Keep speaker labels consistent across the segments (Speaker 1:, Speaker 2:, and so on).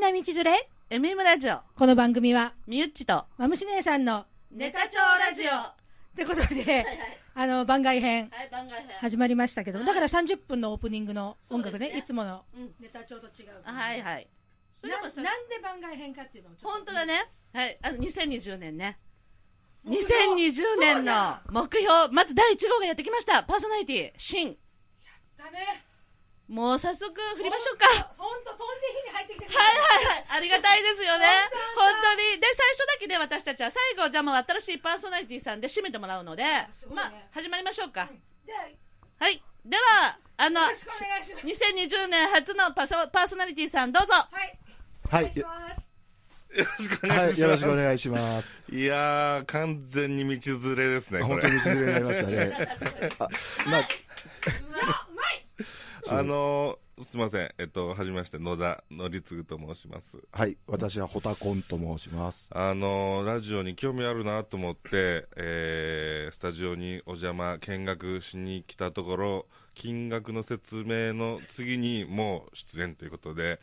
Speaker 1: な道連れ
Speaker 2: MM ラジオ、
Speaker 1: この番組は、
Speaker 2: みゆっちと、
Speaker 1: まむし姉さんの、
Speaker 2: ネタ帳ラジオ。は
Speaker 1: ってことで、
Speaker 2: いはい。
Speaker 1: あの、番外編、
Speaker 2: はい、番外編。
Speaker 1: 始まりましたけど、だから30分のオープニングの音楽
Speaker 2: そう
Speaker 1: ね、
Speaker 2: ですね
Speaker 1: いつもの
Speaker 2: うん。
Speaker 1: ネタ帳と違う。
Speaker 2: あはいはい。それ
Speaker 1: な
Speaker 2: も
Speaker 1: なん
Speaker 2: さ
Speaker 1: で、番外編かっていうのをちょっと
Speaker 2: 本当だ。ね。はい、あの、2020年ね。
Speaker 1: 目標
Speaker 2: 2020
Speaker 1: そう
Speaker 2: 年
Speaker 1: じゃ
Speaker 2: の目標、まず第1号がやってきました。パーソナリティ、シン。
Speaker 1: だね。
Speaker 2: もう早速振りまし ょうか。
Speaker 1: ほんと。本当飛んで火に入ってきてくれた
Speaker 2: はいはいはい。ありがたいですよね。本当に。で、最初だけで私たちは、最後、じゃあもう新しいパーソナリティさんで締めてもらうので、
Speaker 1: すごいね
Speaker 2: まあ、始まりましょうか。
Speaker 1: うんじゃあ、よ
Speaker 2: はい。では、あの、
Speaker 1: ろしくお願いします。
Speaker 2: 2020年初のパソパーソナリティさん、ど うぞ。
Speaker 1: はい。お
Speaker 3: は
Speaker 1: 願い
Speaker 3: い
Speaker 1: し、ます。
Speaker 4: よろしくお願
Speaker 3: はいい、
Speaker 4: し
Speaker 3: よ
Speaker 4: ま
Speaker 3: ろ
Speaker 4: す。
Speaker 3: しくお願いします。
Speaker 4: いやー、完全に道連れですね、こ
Speaker 3: 本
Speaker 4: れ
Speaker 3: 当。に失礼になりましたね。あまあ、
Speaker 1: あ、うまい
Speaker 4: あのー、すいません。えっと、はじめまして、野田則次と申します。
Speaker 3: はい、私はホタコンと申します。
Speaker 4: あのー、ラジオに興味あるなと思って、えー、スタジオにお邪魔、見学しに来たところ、金額の説明の次にもう出演ということで、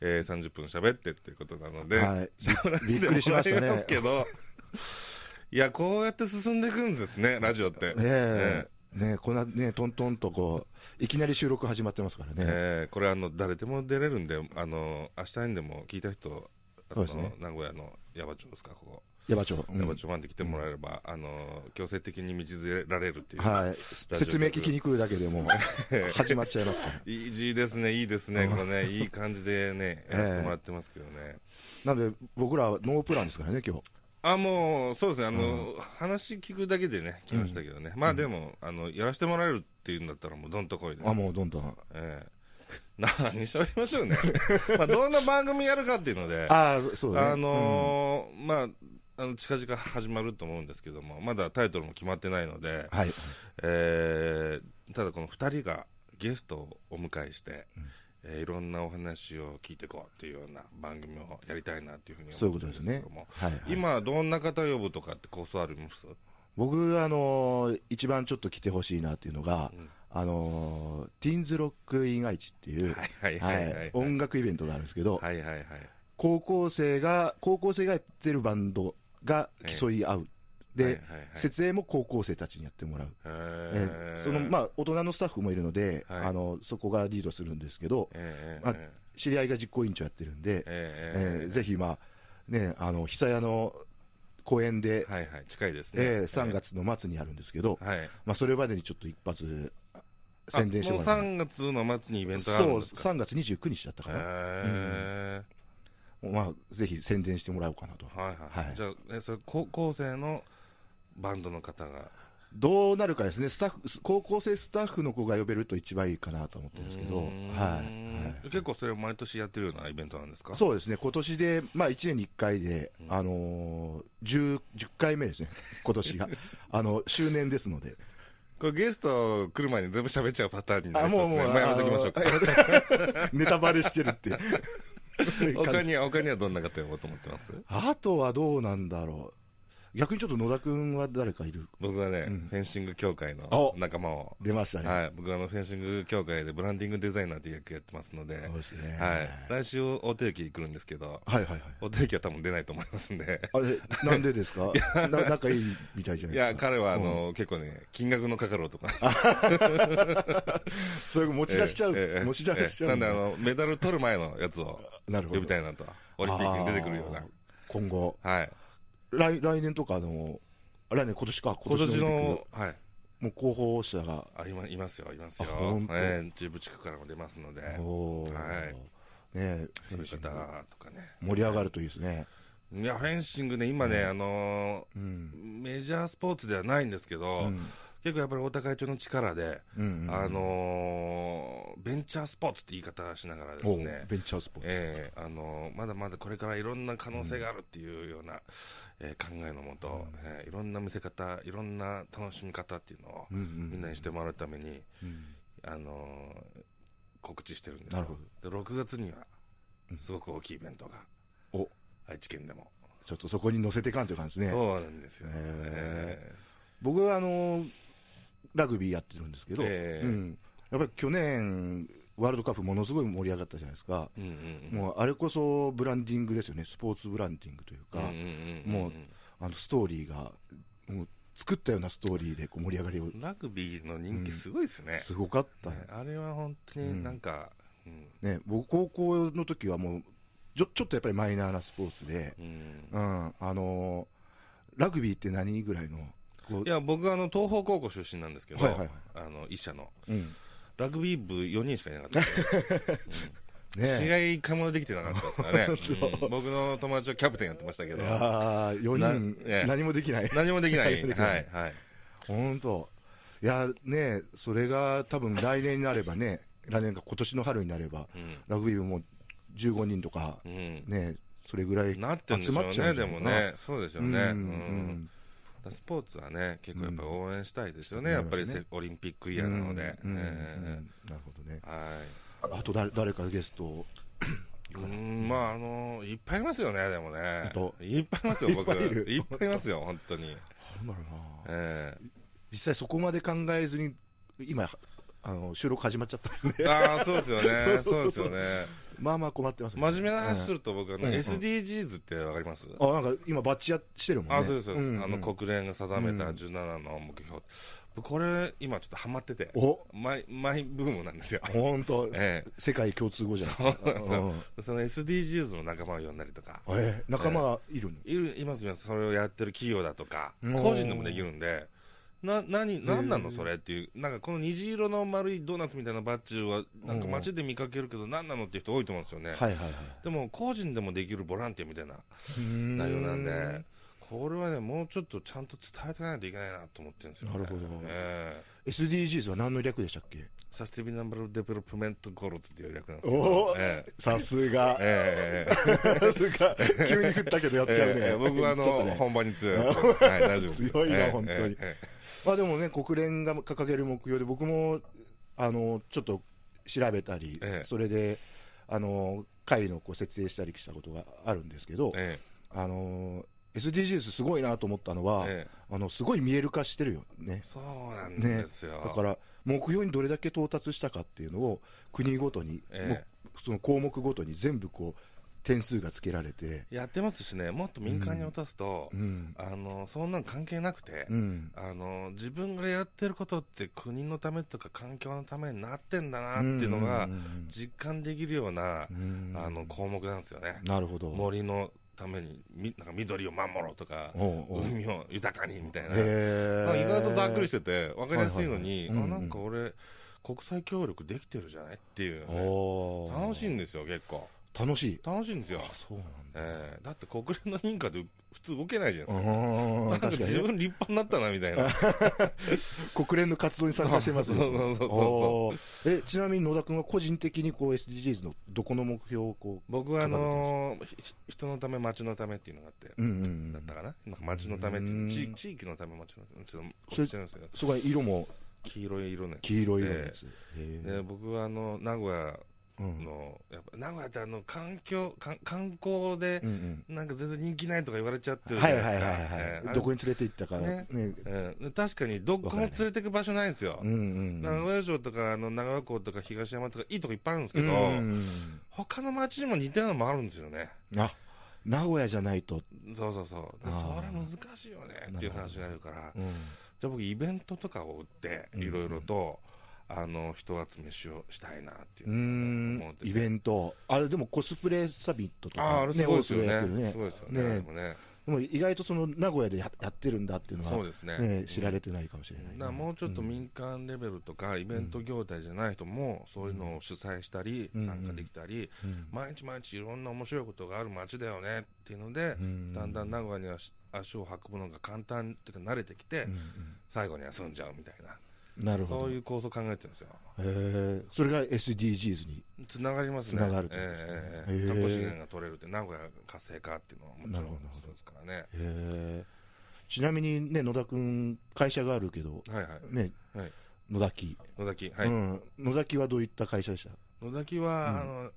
Speaker 4: えー、30分喋ってっていうことなので、
Speaker 3: はい
Speaker 4: 喋らせて
Speaker 3: びっくりしましたね
Speaker 4: もらいますけど、いや、こうやって進んでいくんですね、ラジオっ て。
Speaker 3: ね
Speaker 4: ね
Speaker 3: え、ねえ、こんなね、トントンとこう、いきなり収録始まってますからね。
Speaker 4: えーこれあの誰でも出れるんであの明日にでも聞いた人あの、
Speaker 3: そうですね
Speaker 4: 名古屋の矢場町ですかここ、
Speaker 3: ヤバ町。うん
Speaker 4: 矢場町まで来てもらえればあの強制的に道連れられるっていう、
Speaker 3: はい、説明聞きに来るだけでもう始まっちゃいますから。
Speaker 4: いいじいですねいいですねこれねいい感じで ねやらせてもらってますけどね、
Speaker 3: なので、僕らはノープランですからね、今日。
Speaker 4: あもうそうですねあの、話聞くだけでね来ましたけどね、まあでもあのやらせてもらえるっていうんだったらもうどんとこいで、
Speaker 3: あ、もうどんどん。
Speaker 4: ええ何しゃべりましょ うねまあどんな番組やるかっていうので
Speaker 3: ああ、そうだね。
Speaker 4: あのーまああの近々始まると思うんですけどもまだタイトルも決まってないので、
Speaker 3: うんはい。
Speaker 4: えーただこの2人がゲストをお迎えして、えーいろんなお話を聞いていこうっていうような番組をやりたいなっていうふうに
Speaker 3: そういう
Speaker 4: 思
Speaker 3: こ
Speaker 4: っ
Speaker 3: と
Speaker 4: てるん
Speaker 3: で
Speaker 4: ですすけ
Speaker 3: ね
Speaker 4: ども。
Speaker 3: はい。
Speaker 4: 今どんな方呼ぶとかって構想あります
Speaker 3: 僕、あのー一番ちょっと来てほしいなっていうのが、
Speaker 4: うん
Speaker 3: あのーティーンズロックイン愛知っていう、
Speaker 4: はいはいはいはい
Speaker 3: はい音楽イベントがあるんですけど、
Speaker 4: はいはいはい
Speaker 3: 高校生が、高校生がやってるバンドが競い合う。で、
Speaker 4: はいはいはい
Speaker 3: 設営も高校生たちにやってもらう。
Speaker 4: へ
Speaker 3: え
Speaker 4: ー
Speaker 3: ーその、まあ、大人のスタッフもいるので、
Speaker 4: はい
Speaker 3: あの、そこがリードするんですけど、
Speaker 4: えー
Speaker 3: まあ
Speaker 4: え
Speaker 3: 知り合いが実行委員長やってるんで
Speaker 4: ー、えー
Speaker 3: えーぜひ、まあ、ね、あの、久屋の公園で、
Speaker 4: はいはい近いですね、
Speaker 3: えー3月の末にやるんですけど、
Speaker 4: はい
Speaker 3: まあ、それまでにちょっと一発宣伝しても
Speaker 4: あ
Speaker 3: ら
Speaker 4: もう
Speaker 3: い
Speaker 4: 3月の末にイベ
Speaker 3: ま
Speaker 4: ン
Speaker 3: す
Speaker 4: トがあるんです
Speaker 3: そ
Speaker 4: か
Speaker 3: う、3月29日だったかな、
Speaker 4: へ
Speaker 3: まあ、ぜひ宣伝してもらおうかなと、
Speaker 4: ーはいはい、
Speaker 3: はい
Speaker 4: じゃあえそれ高校生のバンドの方が
Speaker 3: どうなるかですね、スタッフ高校生スタッフの子が呼べると一番いいかなと思ってるんですけど、
Speaker 4: う
Speaker 3: は
Speaker 4: ーん
Speaker 3: いはい
Speaker 4: 結構それを毎年やってるようなイベントなんですか
Speaker 3: そうですね、今年で、まあ、1年に1回で、あのー、10, 10回目ですね、今年 が、あの周年ですので、
Speaker 4: これゲスト来る前に全部喋っちゃうパターンになりそう
Speaker 3: も
Speaker 4: で
Speaker 3: う
Speaker 4: す
Speaker 3: もう
Speaker 4: ね、まあ、やめときましょうか
Speaker 3: あのネタバレしてるっていう
Speaker 4: 他には他にはどんな方呼ぼうと思ってます
Speaker 3: あとはどうなんだろう、逆にちょっと野田君は誰かいる、
Speaker 4: 僕はね、
Speaker 3: うん
Speaker 4: フェンシング協会の
Speaker 3: お
Speaker 4: 仲間を
Speaker 3: 出ましたね、
Speaker 4: はい、僕はあのフェンシング協会でブランディングデザイナーという役やってますので、
Speaker 3: そうですね
Speaker 4: はい、来週大手駅来るんですけど、
Speaker 3: はいはいはい。
Speaker 4: 大手駅は多分出ないと思いますんで、
Speaker 3: あれ、なんでですかな仲いいみたいじゃないで
Speaker 4: い
Speaker 3: すか。
Speaker 4: や、彼はあの、結構ね、金額のかかる男なんで
Speaker 3: それ持ち出しちゃう、
Speaker 4: ええ
Speaker 3: 持ち出しちゃう、
Speaker 4: ええなんであの、メダル取る前のやつを
Speaker 3: なるほ
Speaker 4: 呼
Speaker 3: ど。
Speaker 4: びたいなと、オリンピックに出てくるよう
Speaker 3: あ
Speaker 4: な
Speaker 3: ー。今後、
Speaker 4: はい。
Speaker 3: 来来年とかあの、来年、今年か、
Speaker 4: 今年
Speaker 3: オリンピッ
Speaker 4: の、はい。
Speaker 3: クもう候補者が、
Speaker 4: あ、今、いますよ、いますよ
Speaker 3: あ本。当
Speaker 4: ええ、中部地区からも出ますので、
Speaker 3: おー
Speaker 4: はい
Speaker 3: ねえ
Speaker 4: そういう方とかね。
Speaker 3: 盛り上がるといいですね。
Speaker 4: いや、フェンシングね、今ね、あのー
Speaker 3: うん。
Speaker 4: メジャースポーツではないんですけ
Speaker 3: う
Speaker 4: ど、
Speaker 3: ん
Speaker 4: 結構やっぱりお互い町の力で、
Speaker 3: うんうん
Speaker 4: あのーベンチャースポーツって言い方しながらです
Speaker 3: お
Speaker 4: ね
Speaker 3: う、ベンチャースポーツ。
Speaker 4: ええあのまだまだこれからいろんな可能性があるっていうような、えー考えのもと、えーいろんな見せ方いろんな楽しみ方っていうのを
Speaker 3: うんうん
Speaker 4: みんなにしてもらうために、
Speaker 3: うん
Speaker 4: あのー告知してるんです
Speaker 3: な
Speaker 4: よ
Speaker 3: るほ
Speaker 4: で6月にはすごく大きいイベントが
Speaker 3: お
Speaker 4: 愛知県でも、
Speaker 3: ちょっとそこに乗せていかんという感じですね。
Speaker 4: そうなんですよね、
Speaker 3: へ僕はあの、ラグビーやってるんですけど、
Speaker 4: ええ
Speaker 3: うんやっぱり去年、ワールドカップものすごい盛り上がったじゃないですか、
Speaker 4: うんうんうん
Speaker 3: もうあれこそブランディングですよね、スポーツブランディングというか、
Speaker 4: うんうんうん
Speaker 3: もうあのストーリーが、もう作ったようなストーリーでこう盛り上がりを、
Speaker 4: ラグビーの人気すごいですね、
Speaker 3: すごかったね
Speaker 4: ねあれは本当になんか、うん
Speaker 3: ね、僕、高校の時はもうちょ、ちょっとやっぱりマイナーなスポーツで、
Speaker 4: うん
Speaker 3: うんあのーラグビーって何ぐらいの、こう
Speaker 4: いや僕あの東邦高校出身なんですけど、
Speaker 3: はいはいはい
Speaker 4: あの医者の
Speaker 3: うん
Speaker 4: ラグビー部4人しかいなかったです試
Speaker 3: ね、
Speaker 4: 合一回もできてなかったですからね、 うん僕の友達はキャプテンやってましたけ
Speaker 3: い
Speaker 4: ど
Speaker 3: や4人、
Speaker 4: なええ
Speaker 3: 何もできない、
Speaker 4: 何もで きない
Speaker 3: 何もでき
Speaker 4: は
Speaker 3: ない
Speaker 4: いはい
Speaker 3: 本当、いやね、それが多分来年になればね、来年か今年の春になれば、
Speaker 4: うん
Speaker 3: ラグビー部も15人とか、
Speaker 4: うん
Speaker 3: ね、それぐらい集ま
Speaker 4: な
Speaker 3: っ
Speaker 4: ってんでしょう
Speaker 3: ちゃ
Speaker 4: ね
Speaker 3: うんじ
Speaker 4: で
Speaker 3: ゃない
Speaker 4: も
Speaker 3: かな
Speaker 4: ねそうですよ
Speaker 3: うん
Speaker 4: ね、
Speaker 3: う
Speaker 4: うん
Speaker 3: ん
Speaker 4: だからスポーツはね結構やっぱ応援したいですよね、
Speaker 3: うん
Speaker 4: やっぱり
Speaker 3: そうです
Speaker 4: せオリンピックイヤーなので、
Speaker 3: うんうんうん
Speaker 4: え
Speaker 3: なるほどね
Speaker 4: えはい
Speaker 3: あと誰誰かゲストを
Speaker 4: うんまああのいっぱいいますよねでもね
Speaker 3: 本
Speaker 4: いっぱいいますよ僕
Speaker 3: いっぱいいる
Speaker 4: いっぱいいますよ本当に
Speaker 3: なんだろうな
Speaker 4: え
Speaker 3: 実際そこまで考えずに今あの収録始まっちゃったんで
Speaker 4: えああそうですよね
Speaker 3: そう
Speaker 4: そう
Speaker 3: そうそ
Speaker 4: で
Speaker 3: う
Speaker 4: すよね
Speaker 3: まあまあ困ってますね
Speaker 4: 真面目な話すると僕あの
Speaker 3: うんうん
Speaker 4: SDGs ってわかります
Speaker 3: あなんか今バッチやしてるもんね
Speaker 4: あそうですそうです、
Speaker 3: ん
Speaker 4: あの国連が定めた17の目標、僕これ今ちょっとハマってて
Speaker 3: お
Speaker 4: マイマイブームなんですよ
Speaker 3: 本当、
Speaker 4: ええ
Speaker 3: 世界共通語じゃないですかうん
Speaker 4: その SDGs の仲間を呼んだりとか
Speaker 3: ええ仲間いるの、
Speaker 4: いるいますいますそれをやってる企業だとか
Speaker 3: うん
Speaker 4: 個人でもできるんでな何何な
Speaker 3: へ
Speaker 4: の
Speaker 3: え
Speaker 4: それっていうなんかこの虹色の丸いドーナツみたいなバッジはなんか街で見かけるけど何なのっていう人多いと思うんですよね、
Speaker 3: はいはいはい
Speaker 4: でも個人でもできるボランティアみたいな
Speaker 3: うーん
Speaker 4: 内容なんでこれはねもうちょっとちゃんと伝えていかないといけないなと思ってるんですよ、ね、
Speaker 3: なるほど
Speaker 4: ええ
Speaker 3: SDGs は何の略でしたっけ
Speaker 4: サスティビナブルデベロップメントゴールズっていう略なんですけ
Speaker 3: お
Speaker 4: ど
Speaker 3: お、
Speaker 4: ええ
Speaker 3: さすが
Speaker 4: ええ
Speaker 3: さすが急に振ったけどやっちゃうね、
Speaker 4: ええ僕はあ
Speaker 3: ちょっ
Speaker 4: の、
Speaker 3: とね
Speaker 4: 本番に強い男です。はい、大丈夫です。
Speaker 3: 強いな
Speaker 4: ええ
Speaker 3: 本当に
Speaker 4: えええ
Speaker 3: まあでもね、国連が掲げる目標で、僕もあのちょっと調べたり、
Speaker 4: ええ
Speaker 3: それであの会のこう設営したりしたことがあるんですけど、
Speaker 4: え
Speaker 3: あの SDGs すごいなと思ったのは、
Speaker 4: ええ
Speaker 3: あのすごい見える化してるよね。
Speaker 4: そうなん
Speaker 3: ね
Speaker 4: ですよ。
Speaker 3: だから目標にどれだけ到達したかっていうのを国ごとに、
Speaker 4: ええ
Speaker 3: もうその項目ごとに全部こう点数がつけられて、
Speaker 4: やってますしね、もっと民間に落とすと、
Speaker 3: うん
Speaker 4: あの、そんなん関係なくて、
Speaker 3: うん、
Speaker 4: あの、自分がやってることって国のためとか環境のためになってんだなっていうのが
Speaker 3: うんうんうんうん
Speaker 4: 実感できるような、
Speaker 3: うん
Speaker 4: あの、項目なんですよね。
Speaker 3: なるほど。
Speaker 4: 森のために、みなんか緑を守ろうとか、
Speaker 3: おうおう
Speaker 4: 海を豊かにみたいな。なんか
Speaker 3: へ
Speaker 4: 意
Speaker 3: え
Speaker 4: 外とざっくりしてて分かりやすいのに、
Speaker 3: はいはいはい
Speaker 4: あなんか俺国際協力できてるじゃないっていうね、
Speaker 3: おー
Speaker 4: 楽しいんですよ結構
Speaker 3: 楽しい
Speaker 4: 楽しいんですよ、
Speaker 3: そうなん
Speaker 4: えーだって国連の認可で普通動けないじゃないですか、
Speaker 3: だう
Speaker 4: なんんか
Speaker 3: 確か
Speaker 4: 自
Speaker 3: にね
Speaker 4: 分立派になったなみたいな
Speaker 3: 国連の活動に参加してますね
Speaker 4: そうそうそうそう
Speaker 3: おーえちなみに野田君は個人的にこう SDGs のどこの目標をこ
Speaker 4: 僕はあのーひ人のため町のためっていうのがあって、
Speaker 3: ううんうんうん
Speaker 4: だったかななんか町のためっていう地
Speaker 3: うん
Speaker 4: 地域のため町のためちょっと
Speaker 3: それ
Speaker 4: 忘れちゃいますけど
Speaker 3: そこに色も
Speaker 4: 黄色い色ね
Speaker 3: 黄色い色のやつ、へ
Speaker 4: で
Speaker 3: ー
Speaker 4: 僕はあの名古屋
Speaker 3: うん
Speaker 4: のやっぱ名古屋ってあの環境かん観光で、
Speaker 3: うんうん
Speaker 4: なんか全然人気ないとか言われちゃってるじ
Speaker 3: は
Speaker 4: ゃ
Speaker 3: い
Speaker 4: な
Speaker 3: はい
Speaker 4: いです
Speaker 3: はい
Speaker 4: か
Speaker 3: はい、
Speaker 4: えー。
Speaker 3: どこに連れて行ったか
Speaker 4: ね
Speaker 3: ね
Speaker 4: えー確かにどこも連れてく場所ないんですよ。
Speaker 3: うんうんう
Speaker 4: 名
Speaker 3: ん
Speaker 4: 古屋城とかあの長和港とか東山とかいいとこいっぱいあるんです
Speaker 3: うん
Speaker 4: けど、
Speaker 3: うん
Speaker 4: 他の町にも似たようなのもあるんですよね。
Speaker 3: うんあ名古屋じゃないと、
Speaker 4: そうそうそう。で
Speaker 3: あ
Speaker 4: それ
Speaker 3: ー
Speaker 4: 難しいよねっていう話があるから、
Speaker 3: うん
Speaker 4: じゃあ僕イベントとかを打って、
Speaker 3: ん
Speaker 4: いろいろと、あの、人集めしをしたいなっていううのをね
Speaker 3: ん
Speaker 4: 思ってて。
Speaker 3: イベント、あれでもコスプレサミットとか、
Speaker 4: ああ、あれすごいですよ
Speaker 3: 大阪
Speaker 4: ね。
Speaker 3: やって
Speaker 4: す
Speaker 3: る
Speaker 4: ごいですよね。あれもね
Speaker 3: でも意外とその名古屋でややってるんだっていうのは
Speaker 4: そうですね
Speaker 3: え知られてないかもしれない、
Speaker 4: だからもうちょっと民間レベルとか、イベント業態じゃない人も、そういうのを主催したり、
Speaker 3: うん
Speaker 4: 参加できたり、
Speaker 3: うん
Speaker 4: 毎日毎日いろんな面白いことがある街だよねっていうので、
Speaker 3: ん
Speaker 4: だんだん名古屋にはし足を運ぶのが簡単っていうか、慣れてきて、
Speaker 3: うん
Speaker 4: 最後には住んじゃうみたいな、
Speaker 3: うんなるほど
Speaker 4: そういう構想考えてるんですよ。
Speaker 3: へえそれが SDGs に
Speaker 4: つながりますね。
Speaker 3: つながると
Speaker 4: ええ
Speaker 3: へ
Speaker 4: ええ
Speaker 3: え
Speaker 4: 観光資源が取れるって、名古屋活性化っていうのはもちろ
Speaker 3: なるほ
Speaker 4: ん
Speaker 3: どなるほど
Speaker 4: そうですからね。
Speaker 3: へえちなみにね野田君会社があるけど、
Speaker 4: はいは
Speaker 3: ね
Speaker 4: い。はい、
Speaker 3: 野田木、
Speaker 4: 野崎、はい
Speaker 3: うん、野田木はどういった会社でした
Speaker 4: 野崎は、あの、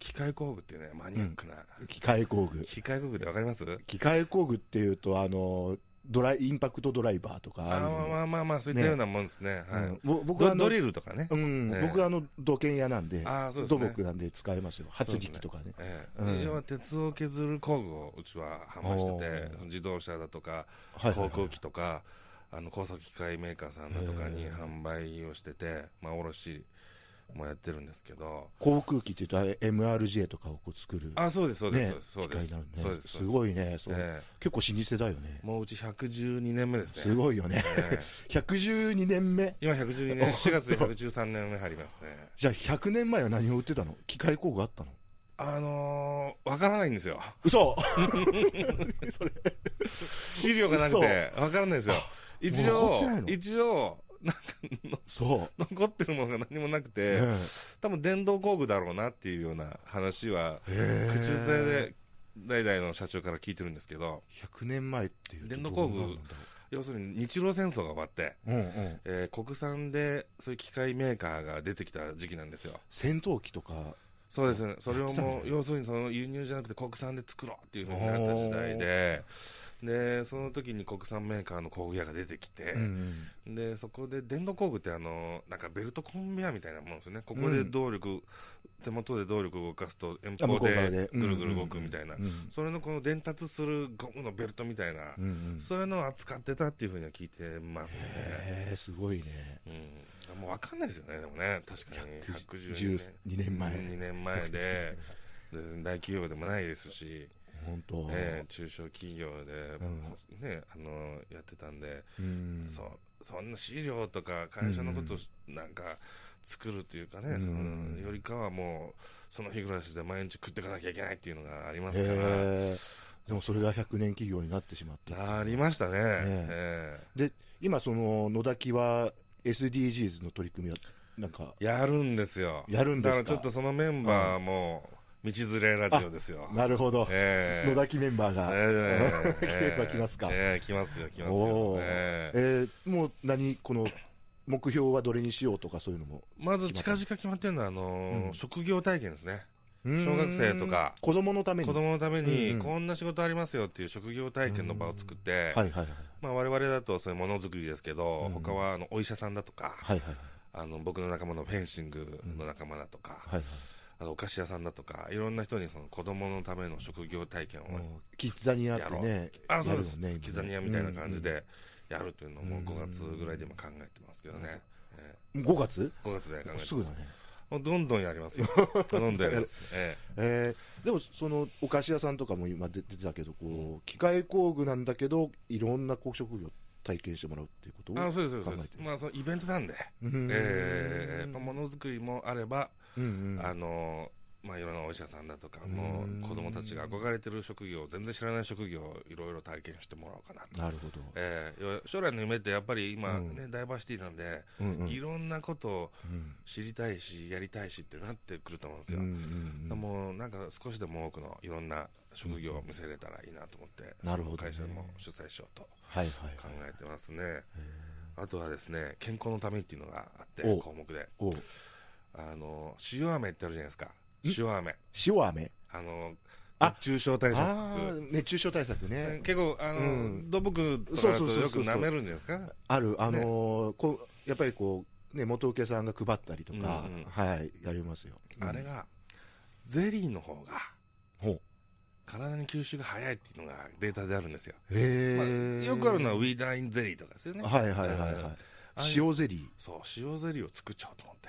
Speaker 4: 機械工具っていうね、マニアックな。
Speaker 3: 機械工具
Speaker 4: 機械工具ってわかります
Speaker 3: 機械工具っていうとあのドライインパクトドライバーとか、
Speaker 4: あーまあまあまあまあ、そういったようなもんですね。
Speaker 3: う
Speaker 4: はい
Speaker 3: ん。ぼ僕は
Speaker 4: ド
Speaker 3: あの
Speaker 4: ドリルとかね。
Speaker 3: うん
Speaker 4: ええ
Speaker 3: 僕はあの土建屋なんで
Speaker 4: あーそうです
Speaker 3: 土
Speaker 4: ね
Speaker 3: 木なんで使えますよ発力とかね
Speaker 4: ええ
Speaker 3: うん
Speaker 4: 要は鉄を削る工具をうちは販売してて、自動車だとか、
Speaker 3: はいはいは
Speaker 4: 航
Speaker 3: い
Speaker 4: 空機とか、あの高速機械メーカーさんだとかに販売をしてて、まあ、卸もやってるんですけど、
Speaker 3: 航空機っていうとあれ MRJ とかをこう作る、
Speaker 4: あそうです、そうです、
Speaker 3: ね、
Speaker 4: そうです、
Speaker 3: 機械にな
Speaker 4: そう
Speaker 3: る
Speaker 4: で
Speaker 3: ね
Speaker 4: す、
Speaker 3: すごいねそう
Speaker 4: え
Speaker 3: 結構老舗だよね
Speaker 4: えもううち112年目ですね、
Speaker 3: すごいよ ね
Speaker 4: ええ
Speaker 3: 112年目
Speaker 4: 今112年、4月で113年目入りますね、
Speaker 3: じゃあ100年前は何を売ってたの機械工具あったの
Speaker 4: あのー、わからないんですよ、
Speaker 3: 嘘
Speaker 4: 資料がなくて、わからないんですよ、一
Speaker 3: もう残っ
Speaker 4: 応
Speaker 3: てない、の
Speaker 4: 一応、な
Speaker 3: そう、
Speaker 4: 残ってるものが何もなくて、
Speaker 3: え
Speaker 4: 多分電動工具だろうなっていうような話は、
Speaker 3: え
Speaker 4: 口癖で代々の社長から聞いてるんですけど、
Speaker 3: 100年前っていうと
Speaker 4: 電動工具
Speaker 3: どうなんだ
Speaker 4: 要するに日露戦争が終わって、
Speaker 3: ろううんうん
Speaker 4: えー国産でそういう機械メーカーが出てきた時期なんですよ。
Speaker 3: 戦闘機とか
Speaker 4: そうですね、それを
Speaker 3: やっ
Speaker 4: も
Speaker 3: てた
Speaker 4: う、
Speaker 3: ね
Speaker 4: 要するにその輸入じゃなくて国産で作ろうっていうふうになった時代で、で、その時に国産メーカーの工具屋が出てきて、
Speaker 3: うん
Speaker 4: でそこで電動工具ってあのなんかベルトコンベヤーみたいなもんですよね、ここで動力、手元で動力を動かすと遠
Speaker 3: あ向
Speaker 4: 方
Speaker 3: こう側
Speaker 4: で
Speaker 3: で
Speaker 4: ぐるぐる動くみたいな、
Speaker 3: うんうん
Speaker 4: それのこの伝達するゴムのベルトみたいな、
Speaker 3: うんうん
Speaker 4: そういうのを扱ってたっていうふうには聞いてますね、
Speaker 3: へえすごいね
Speaker 4: うん、もう分かんないですよね、でもね、確かに112
Speaker 3: 12年前
Speaker 4: 2年前で、別に大企業でもないですし、
Speaker 3: 本当、
Speaker 4: ええ中小企業で、
Speaker 3: う
Speaker 4: ね、あのやってたんで。
Speaker 3: うん
Speaker 4: そうそんな資料とか会社のことをなんか作るというかね、
Speaker 3: うん
Speaker 4: そのよりかはもうその日暮らしで毎日食っていかなきゃいけないっていうのがありますから、
Speaker 3: へえでもそれが100年企業になってしまった
Speaker 4: なりましたね、え
Speaker 3: で今その野滝は SDGs の取り組みはなんか
Speaker 4: えやるんですよ
Speaker 3: やるんですか
Speaker 4: だからちょっとそのメンバーも道連れラジオですよ、
Speaker 3: なるほど、
Speaker 4: ええ
Speaker 3: 野滝メンバーが、
Speaker 4: ええ
Speaker 3: 来れば来ますか
Speaker 4: ええ来ますよ来ますよ
Speaker 3: お、ー
Speaker 4: ええ
Speaker 3: えーもう何この目標はどれにしようとかそういうのも
Speaker 4: まず近々決まってるのはあのー
Speaker 3: うん
Speaker 4: 職業体験ですね小学生とか
Speaker 3: 子供のために
Speaker 4: 子供のために
Speaker 3: うん
Speaker 4: こんな仕事ありますよっていう職業体験の場を作って、
Speaker 3: はいはいはい
Speaker 4: まあ、我々だとそういうものづくりですけど、
Speaker 3: うん
Speaker 4: 他はあのお医者さんだとか、
Speaker 3: はいはい
Speaker 4: あの僕の仲間のフェンシングの仲間だとか、
Speaker 3: はいはい
Speaker 4: あとお菓子屋さんだとかいろんな人にその子供のための職業体験を
Speaker 3: もうキッザニアって
Speaker 4: やろう、
Speaker 3: ね
Speaker 4: あ
Speaker 3: や
Speaker 4: そう
Speaker 3: る
Speaker 4: で
Speaker 3: よ
Speaker 4: す、
Speaker 3: ね今ね
Speaker 4: キザニアみたいな感じでやるというのも
Speaker 3: うん
Speaker 4: 5月ぐらいで今考えてますけどね、え
Speaker 3: うん5月
Speaker 4: え5月で考えてます
Speaker 3: すぐだね
Speaker 4: もうどんどんや りますよどんどんやります、え
Speaker 3: えーでもそのお菓子屋さんとかも今出出てたけどこう、機械工具なんだけどいろんなこう職業体験してもらうっていうこと
Speaker 4: え
Speaker 3: を
Speaker 4: あそうですそうで
Speaker 3: 考え
Speaker 4: す
Speaker 3: て、る
Speaker 4: まあ、そのイベントなんで、
Speaker 3: うん
Speaker 4: ええものづくりもあれば
Speaker 3: うんうん
Speaker 4: あのまあ、いろんなお医者さんだとか、
Speaker 3: うん
Speaker 4: もう子供たちが憧れてる職業、全然知らない職業をいろいろ体験してもらおうかなと、
Speaker 3: なるほど、
Speaker 4: えーよ将来の夢ってやっぱり今、
Speaker 3: うん
Speaker 4: ねダイバーシティなんで、
Speaker 3: うんうん
Speaker 4: いろんなことを
Speaker 3: うん
Speaker 4: 知りたいし、やりたいしってなってくると思うんです
Speaker 3: うん
Speaker 4: よ、
Speaker 3: うんうん
Speaker 4: もうなんか少しでも多くのいろんな職業を見せれたらいいなと思って、
Speaker 3: なるほどね
Speaker 4: 会社も主催しようと
Speaker 3: はいはいはい
Speaker 4: 考えてますね。あとはですね健康のためっていうのがあって、
Speaker 3: お
Speaker 4: 項目で、
Speaker 3: お
Speaker 4: あの塩飴ってあるじゃないですか、塩飴。
Speaker 3: 塩飴
Speaker 4: あの、
Speaker 3: あ
Speaker 4: 熱中症対策。
Speaker 3: ああ熱中症対策ね
Speaker 4: 結構、あの、
Speaker 3: うん
Speaker 4: 土木とかだと
Speaker 3: そうそうそう
Speaker 4: よ
Speaker 3: そ
Speaker 4: く
Speaker 3: うそう
Speaker 4: 舐めるんじゃないですか。
Speaker 3: あるあのーこうやっぱりこうね元請けさんが配ったりとか、
Speaker 4: うんうん
Speaker 3: はいやりますよ
Speaker 4: あれが、ゼリーの方が、
Speaker 3: ほう
Speaker 4: 体に吸収が早いっていうのがデータであるんですよ。まあ
Speaker 3: へえ、
Speaker 4: よくあるのはウィーダーインゼリーとかですよね。
Speaker 3: はいはいはいはい、
Speaker 4: うんあれ
Speaker 3: 塩ゼリー
Speaker 4: そう、塩ゼリーを作っちゃおうと思って。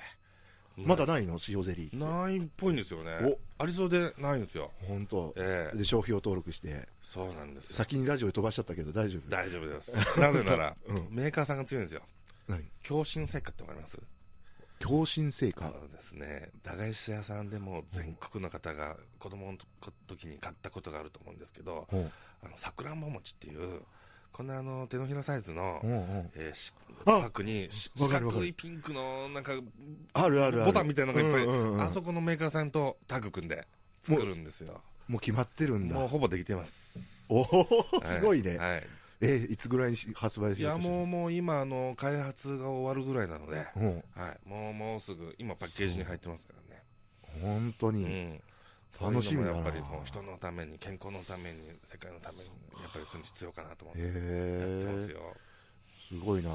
Speaker 3: まだないの塩ゼリー
Speaker 4: ないっぽいんですよね。ありそうでないんですよ。
Speaker 3: 本当
Speaker 4: ええ
Speaker 3: で商標登録して
Speaker 4: そうなんですよ。
Speaker 3: 先にラジオで飛ばしちゃったけど大丈夫
Speaker 4: 大丈 夫です。なぜなら、メーカーさんが強いんですよ。
Speaker 3: 何
Speaker 4: 共振成果ってわかります
Speaker 3: 共振成
Speaker 4: あ
Speaker 3: 果
Speaker 4: のですね、駄菓子屋さんでも全国の方が子供の時に買ったことがあると思うんですけど、
Speaker 3: うん
Speaker 4: あの、さくらんぼ餅っていう、こんなあの、手のひらサイズの、
Speaker 3: うんうん
Speaker 4: えーし
Speaker 3: あ
Speaker 4: パックにし四
Speaker 3: わかるわか
Speaker 4: 角
Speaker 3: る
Speaker 4: いピンクのなんか
Speaker 3: あるあるある
Speaker 4: ボタンみたいなのがいっぱい、
Speaker 3: うんうんうん
Speaker 4: あそこのメーカーさんとタッグ組んで作るんですよ
Speaker 3: もう決まってるんだ
Speaker 4: もうほぼできてます
Speaker 3: おおすごいね、
Speaker 4: はい、はい
Speaker 3: えいつぐらいにし発売し
Speaker 4: い
Speaker 3: よ
Speaker 4: や
Speaker 3: うとしてる
Speaker 4: もうもう今あの開発が終わるぐらいなので、
Speaker 3: うん
Speaker 4: はい、もうもうすぐ今パッケージに入ってますからね
Speaker 3: 本当に、
Speaker 4: うん、
Speaker 3: 楽しみだ
Speaker 4: や
Speaker 3: な
Speaker 4: っぱりもう人のために健康のために世界のためにやっぱりそういうの必要かなと思ってやってま
Speaker 3: へ
Speaker 4: す
Speaker 3: え
Speaker 4: よ、
Speaker 3: すごいな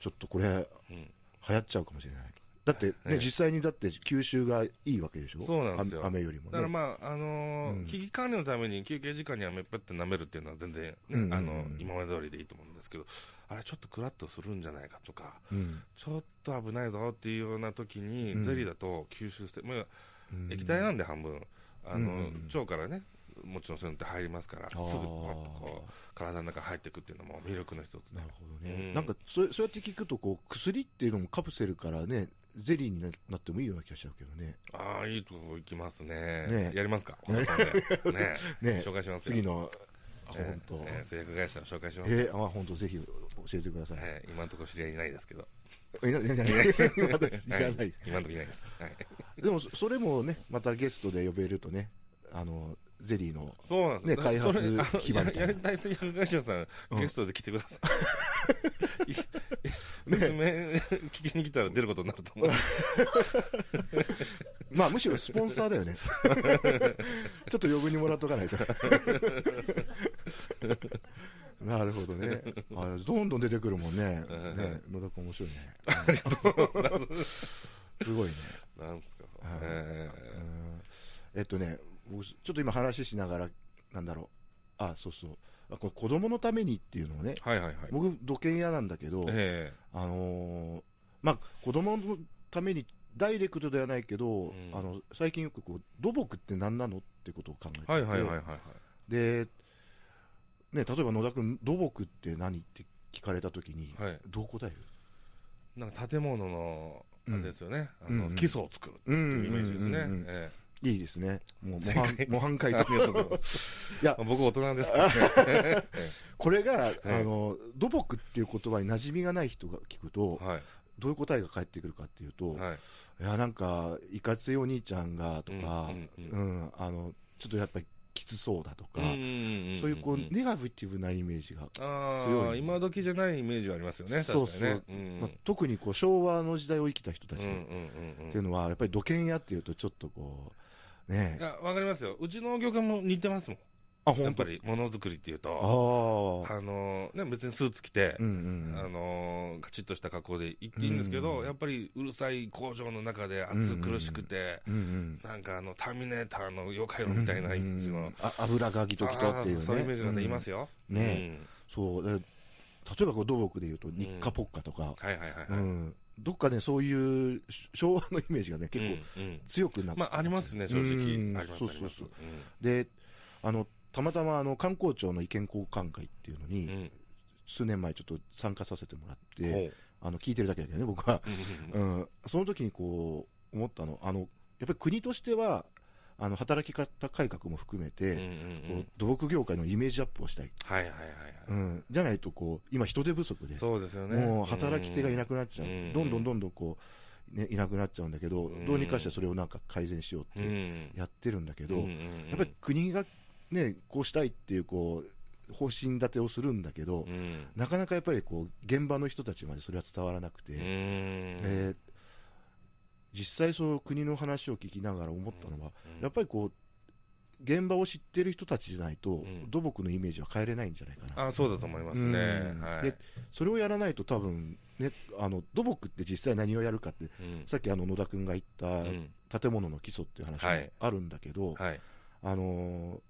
Speaker 3: ちょっとこれ
Speaker 4: うん
Speaker 3: 流行っちゃうかもしれないだってね、
Speaker 4: ええ
Speaker 3: 実際にだって吸収がいいわけでしょ
Speaker 4: そうなんですよ
Speaker 3: あ雨よりも
Speaker 4: だから
Speaker 3: ね
Speaker 4: まああのー
Speaker 3: うん
Speaker 4: 危機管理のために休憩時間に飴ペって舐めるっていうのは全然ね、
Speaker 3: うんうんうん
Speaker 4: あの今まで通りでいいと思うんですけどあれちょっとクラッとするんじゃないかとか
Speaker 3: うん
Speaker 4: ちょっと危ないぞっていうような時に、
Speaker 3: うん
Speaker 4: ゼリーだと吸収して、まあ、
Speaker 3: うん
Speaker 4: 液体なんで半分あの、
Speaker 3: うんうんうん
Speaker 4: 腸からねもちろんそういうのって入りますからす
Speaker 3: あ
Speaker 4: ぐポ
Speaker 3: ー
Speaker 4: ッとこう体の中に入っていくっていうのも魅力の一つで
Speaker 3: なるほどね、
Speaker 4: うん
Speaker 3: なんかそうそうやって聞くとこう薬っていうのもカプセルからねゼリーにななってもいいような気がしちゃうけどね
Speaker 4: ああいいとこ行きますね
Speaker 3: ね
Speaker 4: やりますか
Speaker 3: ね
Speaker 4: 本当ねね
Speaker 3: ね
Speaker 4: 紹介しますよ
Speaker 3: 次のあ
Speaker 4: えー
Speaker 3: 本当
Speaker 4: えー製薬会社を紹介します、
Speaker 3: えー、あ本当ぜひ教えてください、
Speaker 4: えー今のところ知り合いいないですけど
Speaker 3: いやいやいやいや私いら
Speaker 4: は
Speaker 3: ない
Speaker 4: い今のところいないです、はい、
Speaker 3: でもそそれもねまたゲストで呼べるとねあのゼリーの
Speaker 4: そうなんです
Speaker 3: ね開発
Speaker 4: それあの
Speaker 3: 基盤みたいな
Speaker 4: ややりたい製薬会社さん、
Speaker 3: うん
Speaker 4: ゲストで来てくださいいし 説明聞きに来たら出ることになると思う
Speaker 3: まあむしろスポンサーだよ ねちょっと余分にもらっとかないと なるほどねあどんどん出てくるもんねね野田君面白いね
Speaker 4: ありがとうございます
Speaker 3: すごいね
Speaker 4: なんすか、それ
Speaker 3: はい
Speaker 4: え
Speaker 3: うんえっとね僕ちょっと今話しながらなんだろうあそうそうあこれ子供のためにっていうのをね
Speaker 4: ーはいはいはい。
Speaker 3: 僕土建屋なんだけど、
Speaker 4: え
Speaker 3: あのーまあ、子供のためにダイレクトではないけど、
Speaker 4: ん
Speaker 3: あの最近よくこう土木って何なのってことを考えて
Speaker 4: え
Speaker 3: て、
Speaker 4: はいはいはいはいはい。
Speaker 3: でね、例えば野田君土木って何って聞かれたときに、
Speaker 4: はい
Speaker 3: どう答える
Speaker 4: なんか建物の、あ
Speaker 3: うん
Speaker 4: れですよね、
Speaker 3: うん
Speaker 4: あ
Speaker 3: う
Speaker 4: の
Speaker 3: ん
Speaker 4: 基礎を作るっていうイメージですね。
Speaker 3: うんうんうんうん
Speaker 4: え
Speaker 3: いいですね、 もう模
Speaker 4: 正
Speaker 3: 範
Speaker 4: 解
Speaker 3: 模範解
Speaker 4: え
Speaker 3: 答
Speaker 4: あり がとうございま
Speaker 3: い
Speaker 4: す。
Speaker 3: や
Speaker 4: まあ僕大人ですからね。
Speaker 3: これが、あの土木っていう言葉に馴染みがない人が聞くと、
Speaker 4: はい。
Speaker 3: どういう答えが返ってくるかっていうと、
Speaker 4: は
Speaker 3: い、
Speaker 4: い。
Speaker 3: やなんか、いかついお兄ちゃんがとか、
Speaker 4: うんうんう
Speaker 3: うんあのちょっとやっぱりきつそうだとか、
Speaker 4: ん
Speaker 3: そういうこう、
Speaker 4: んん
Speaker 3: ネガティブなイメージが、
Speaker 4: あ
Speaker 3: 強
Speaker 4: あ、
Speaker 3: い
Speaker 4: 今時じゃないイメージはありますよね、確かに
Speaker 3: そう
Speaker 4: ね。
Speaker 3: そ
Speaker 4: うんうん
Speaker 3: まあ、特にこう昭和の時代を生きた人たち
Speaker 4: うん
Speaker 3: っ
Speaker 4: うんうん
Speaker 3: ていうのは、やっぱり土建屋っていうと、ちょっとこう、ね
Speaker 4: い、や、わかりますよ。うちの業界も似てますも
Speaker 3: あ、
Speaker 4: ん。やっ
Speaker 3: 本当
Speaker 4: ぱり、ものづくりっていう
Speaker 3: あ
Speaker 4: と、
Speaker 3: あ、
Speaker 4: あの、ね、別にスーツ着て
Speaker 3: う、んうん
Speaker 4: あ
Speaker 3: うん、
Speaker 4: のーカチッとした格好で行っていいんですけど、
Speaker 3: うん
Speaker 4: やっぱりうるさい工場の中で暑苦しくて、
Speaker 3: うんうん、
Speaker 4: なんかあのターミネーターの妖怪論みたいなイメージの、
Speaker 3: うんあ油がギトギトっていう
Speaker 4: あー
Speaker 3: ね、
Speaker 4: そういうイメージがねいます
Speaker 3: よ、
Speaker 4: よ、
Speaker 3: うんねそうだから例えばこう土木でいうと、
Speaker 4: ん
Speaker 3: 日課ポッカとか、
Speaker 4: うんはいはいはい、
Speaker 3: う
Speaker 4: はい
Speaker 3: んどっかね、そういう昭和のイメージがね、結構
Speaker 4: うんうん
Speaker 3: 強くなって、
Speaker 4: まあありますね正直、
Speaker 3: うん
Speaker 4: あります
Speaker 3: そう
Speaker 4: あ
Speaker 3: そうそう
Speaker 4: ります
Speaker 3: であのたまたまあの観光庁の意見交換会っていうの
Speaker 4: う
Speaker 3: に、
Speaker 4: んうん
Speaker 3: 数年前ちょっと参加させてもらっ
Speaker 4: ほう
Speaker 3: て、あの聞いてるだけだけどね、僕は。
Speaker 4: うん
Speaker 3: うん、その時にこう思ったの、あのやっぱり国としては、あの働き方改革も含め
Speaker 4: うんうん
Speaker 3: て、
Speaker 4: うんう
Speaker 3: こ
Speaker 4: ん
Speaker 3: う土木業界のイメージアップをしたい、
Speaker 4: はいはいはいはい、
Speaker 3: うん、じゃないとこう、今、人手不足で、
Speaker 4: そうですよね
Speaker 3: もう働き手がいな
Speaker 4: く
Speaker 3: くなっちゃう、
Speaker 4: うん
Speaker 3: どんどんどんどんこう、ね、いなくなっちゃうんだけど、
Speaker 4: うん
Speaker 3: どうにかしてそれをなんか改善しよう
Speaker 4: う
Speaker 3: っ
Speaker 4: ん
Speaker 3: てやってるんだけど、
Speaker 4: うんうん
Speaker 3: や
Speaker 4: うん
Speaker 3: っぱり国が、ね、こうしたいっていうこう方針立てをするんだけど、
Speaker 4: うん
Speaker 3: なかなかやっぱりこう現場の人たちまでそれは伝わらなくて、
Speaker 4: うん
Speaker 3: えー実際、その国の話を聞きながら思ったのは、やっぱりこう現場を知ってる人たちじゃないと、
Speaker 4: ん
Speaker 3: 土木のイメージは変えれないんじゃないかな。
Speaker 4: あそうだと思いますね、
Speaker 3: うん
Speaker 4: はい
Speaker 3: でそれをやらないと多分ねあの土木って実際何をやるかって
Speaker 4: うん
Speaker 3: さっきあの野田君が言
Speaker 4: う
Speaker 3: っ
Speaker 4: ん
Speaker 3: た建物の基礎っていう話
Speaker 4: は
Speaker 3: も
Speaker 4: い
Speaker 3: あるんだけど、
Speaker 4: はい
Speaker 3: あのー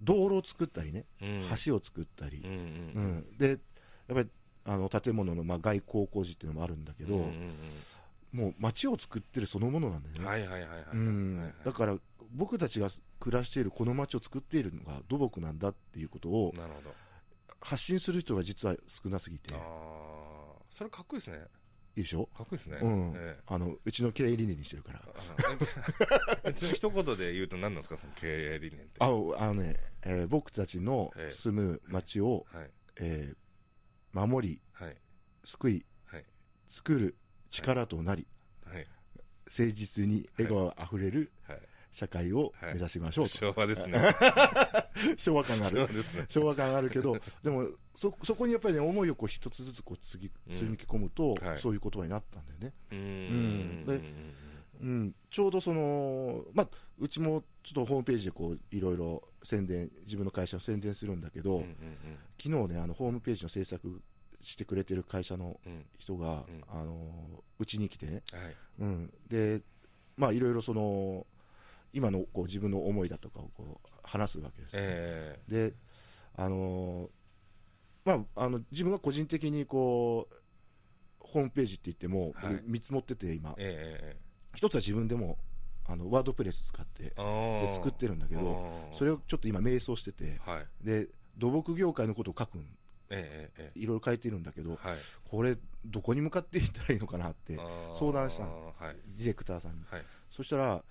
Speaker 3: 道路を作ったりね、
Speaker 4: うん
Speaker 3: 橋を作ったり
Speaker 4: う、んうん
Speaker 3: うんでやっぱりあの建物の、まあ、外交工事っていうのもあるんだけど、
Speaker 4: うんうん
Speaker 3: もう街を作ってるそのものなんだよ
Speaker 4: うん
Speaker 3: ね、
Speaker 4: はいはいはいはい、
Speaker 3: うん
Speaker 4: はいはい
Speaker 3: だから僕たちが暮らしているこの街を作っているのが土木なんだっていうことを
Speaker 4: なるほど
Speaker 3: 発信する人が実は少なすぎてい
Speaker 4: ああそれかっこいいですね
Speaker 3: いでしょ
Speaker 4: かっこいいですね、
Speaker 3: うん
Speaker 4: ええ
Speaker 3: あのうちの経営理念にしてる から
Speaker 4: あちなみに一言で言うと何なんですかその経営理念って
Speaker 3: ああのね、えー僕たちの
Speaker 4: ええ
Speaker 3: 住む街を、
Speaker 4: はい
Speaker 3: えー守り
Speaker 4: はい
Speaker 3: 救い、
Speaker 4: はい
Speaker 3: 作る力となり、
Speaker 4: はい
Speaker 3: 誠実に笑顔あふれる
Speaker 4: はい
Speaker 3: 社会を目指しましょうと、
Speaker 4: 昭和です ね
Speaker 3: 昭和感があ
Speaker 4: 昭和
Speaker 3: る
Speaker 4: ですね
Speaker 3: 昭和感あるけどでもそそこにやっぱりね思いをこう一つずつこうつぎ
Speaker 4: うん
Speaker 3: 積み込むと、
Speaker 4: はい
Speaker 3: そういう言葉になったんだよね
Speaker 4: うん
Speaker 3: で
Speaker 4: うん
Speaker 3: うん、ちょうどその、まあ、うちもちょっとホームページでこういろいろ宣伝自分の会社を宣伝するんだけど、
Speaker 4: うんうん
Speaker 3: 昨日ねあのホームページの制作してくれてる会社の
Speaker 4: うん
Speaker 3: 人が
Speaker 4: うん
Speaker 3: あのうちに来てね、
Speaker 4: うんはい
Speaker 3: うん、でまあいろいろその今のこう自分の思いだとかをこう話すわけですよ、
Speaker 4: え
Speaker 3: であのまああの自分が個人的にこうホームページって言っても、
Speaker 4: はい
Speaker 3: 見積もってて今
Speaker 4: ええ
Speaker 3: 一つは自分でもあのワードプレス使って
Speaker 4: えあ
Speaker 3: で作って
Speaker 4: る
Speaker 3: るんだけどそ
Speaker 4: れ
Speaker 3: れをちょっと今迷走してて
Speaker 4: はい
Speaker 3: で土木業界のことを書くん
Speaker 4: えええ
Speaker 3: いろいろ書いてるんだけ
Speaker 4: え
Speaker 3: ど
Speaker 4: はい
Speaker 3: これどこに向かっていったらいいのかなって相談したの
Speaker 4: のはい
Speaker 3: ディレクターさんに
Speaker 4: はい
Speaker 3: そしたらや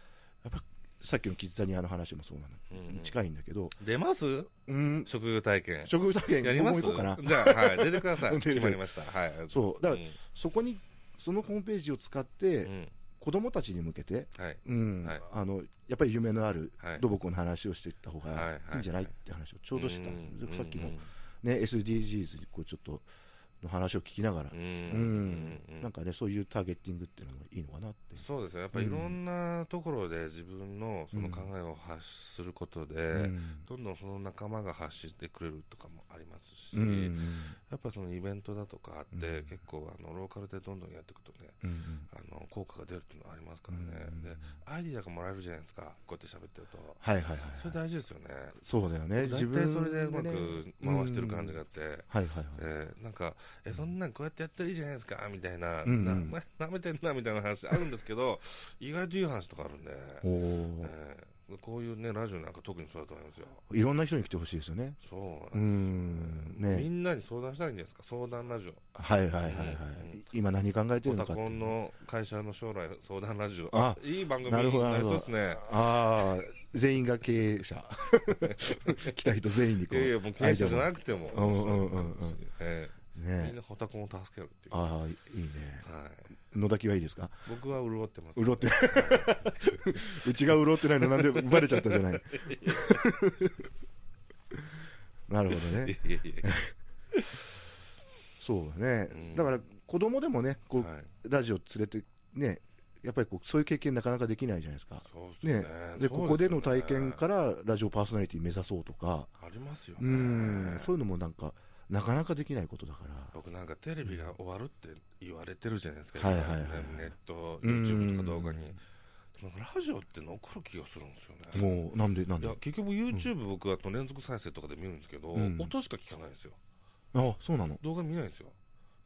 Speaker 3: っぱさっきのキッザニアの話もそうなの
Speaker 4: うん
Speaker 3: に
Speaker 4: い
Speaker 3: 近いんだけど
Speaker 4: 出ます
Speaker 3: うん
Speaker 4: 職業体験
Speaker 3: 職業体
Speaker 4: やり
Speaker 3: 験
Speaker 4: ま
Speaker 3: もう
Speaker 4: す
Speaker 3: 行こうかな
Speaker 4: じゃあはい出てください
Speaker 3: 出てる
Speaker 4: 決まりましたはい
Speaker 3: そうだから
Speaker 4: ん
Speaker 3: そこにそのホームページを使っ
Speaker 4: う
Speaker 3: て
Speaker 4: ん
Speaker 3: 子供たちに向けて
Speaker 4: はい
Speaker 3: うん
Speaker 4: はい
Speaker 3: あのやっぱり夢のある
Speaker 4: はい
Speaker 3: 土木の話をしていった方
Speaker 4: はいは
Speaker 3: が
Speaker 4: い
Speaker 3: いいんじゃないって話をちょうどした
Speaker 4: ん
Speaker 3: でさっきの
Speaker 4: うん
Speaker 3: ね、SDGs にこうちょっとの話を聞きながら、
Speaker 4: う
Speaker 3: うん
Speaker 4: んうん
Speaker 3: なんかね、そういうターゲッティングっていうのもいいのかなって。
Speaker 4: そうですねやっぱりいろんなところで自分のその考えを発することで、
Speaker 3: うん
Speaker 4: どんどんその仲間が発してくれるとかもありますし、
Speaker 3: うん
Speaker 4: やっぱそのイベントだとかあって、
Speaker 3: うん
Speaker 4: 結構あのローカルでどんどんやっていくとね
Speaker 3: うん
Speaker 4: あの効果が出るっていうのはありますからね、
Speaker 3: うん
Speaker 4: でアイディアがもらえるじゃないですかこうやって喋ってると
Speaker 3: はいはいはい。
Speaker 4: それ大事ですよね
Speaker 3: そうだよね。
Speaker 4: 大
Speaker 3: 自
Speaker 4: 体
Speaker 3: 分
Speaker 4: それでうま
Speaker 3: ね
Speaker 4: く回してる感じがあっ。て、
Speaker 3: うんはいはいはい。
Speaker 4: えーなんか、え、そんなんこうやってやったらいいじゃないですか、みたいな、
Speaker 3: うんうん
Speaker 4: なま舐めてんな、みたいな話あるんですけど、 意外といい話とかあるんで、
Speaker 3: おおー、
Speaker 4: えーこういうね、ラジオなんか特にそうだと思いますよ。
Speaker 3: いろんな人に来てほしいですよね。
Speaker 4: そう
Speaker 3: う
Speaker 4: なんで
Speaker 3: ん。
Speaker 4: すよ、み
Speaker 3: ね。
Speaker 4: んなに相談したらいいんですか、相談ラジオ。
Speaker 3: はいはいはいは
Speaker 4: うんうん
Speaker 3: い。今何考えて
Speaker 4: オ
Speaker 3: る
Speaker 4: タ
Speaker 3: のかって
Speaker 4: コン。の会社の将来相談ラジオ。
Speaker 3: あ
Speaker 4: いい番組
Speaker 3: なるほ
Speaker 4: に
Speaker 3: どな
Speaker 4: なり
Speaker 3: る
Speaker 4: そ
Speaker 3: ほど
Speaker 4: うですね。
Speaker 3: ああ、全員が経営 者。来た人全員に
Speaker 4: い
Speaker 3: こう。
Speaker 4: やいや、もう経営者じゃ
Speaker 3: い。
Speaker 4: なくても、
Speaker 3: うんうんうんうん
Speaker 4: えーみん
Speaker 3: ね
Speaker 4: な。ホタコンを助けるっていう。
Speaker 3: ああ、いいね。
Speaker 4: はい、
Speaker 3: 野崎はいいですか
Speaker 4: 僕は潤ってます。
Speaker 3: 潤って うちが潤ってないのなんでバレちゃったじゃ ないなるほどね
Speaker 4: いやいやいや
Speaker 3: そうだね、
Speaker 4: うん
Speaker 3: だから子供でもねこう、
Speaker 4: はい
Speaker 3: ラジオ連れてねやっぱりこうそういう経験なかなかできないじゃないですか
Speaker 4: そうで
Speaker 3: ね
Speaker 4: すね。
Speaker 3: でここでの体験
Speaker 4: ら
Speaker 3: からラジオパーソナリティ目指そうとか
Speaker 4: ありますよね。
Speaker 3: うんそういうのもなんかなかなかできないことだから
Speaker 4: 僕なんかテレビが終わるって言われてるじゃないですか、
Speaker 3: はいはいはい
Speaker 4: 今ねネット、
Speaker 3: うん
Speaker 4: YouTube とか動画に、なんかラジオって残る気がするんですよね。
Speaker 3: もうなんでなん
Speaker 4: い
Speaker 3: で
Speaker 4: や結局 YouTube 僕は連続再生とかで見るんですけど、
Speaker 3: うん
Speaker 4: 音しか聞かないんですよ
Speaker 3: あそうなの
Speaker 4: 動画見ないんですよだか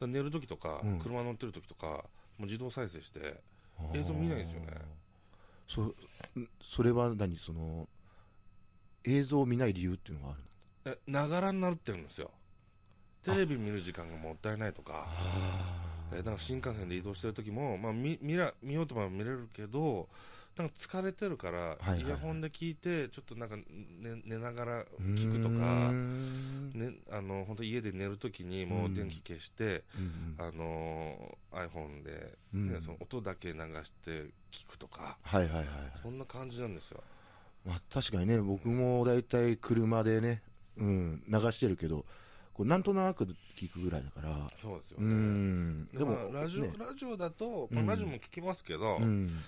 Speaker 4: ら寝る時とか、
Speaker 3: うん
Speaker 4: 車乗ってる時とかもう自動再生して映像見ないんですよね
Speaker 3: あーそんそれは何その映像を見ない理由っていうのがあるの
Speaker 4: えながらになるってるんですよテレビ見る時間がもったいないとかえなんか新幹線で移動してる時も、まあ、見見ら見ようと思えば見れるけどなんか疲れてるから、
Speaker 3: いはいはい
Speaker 4: イヤホンで聞いてちょっとなんか、ね、寝ながら
Speaker 3: うーん
Speaker 4: 聞くと
Speaker 3: う
Speaker 4: か、
Speaker 3: ん
Speaker 4: ね、あの本当家で寝る時にもう電気消して、
Speaker 3: うん
Speaker 4: あの iPhone で、ね
Speaker 3: うん
Speaker 4: その音だけ流して聞くとか
Speaker 3: はいはいはい、
Speaker 4: そんな感じなんですよ。
Speaker 3: まあ、確かにね僕も大体車でね、うん、流してるけどこうなんとなく聞くぐらいだから
Speaker 4: そうですよ
Speaker 3: う
Speaker 4: ね、
Speaker 3: ん
Speaker 4: でも、ラジオ、
Speaker 3: ね
Speaker 4: ラジオだと、まあ
Speaker 3: うん
Speaker 4: ラジオも聞きますけど、
Speaker 3: うん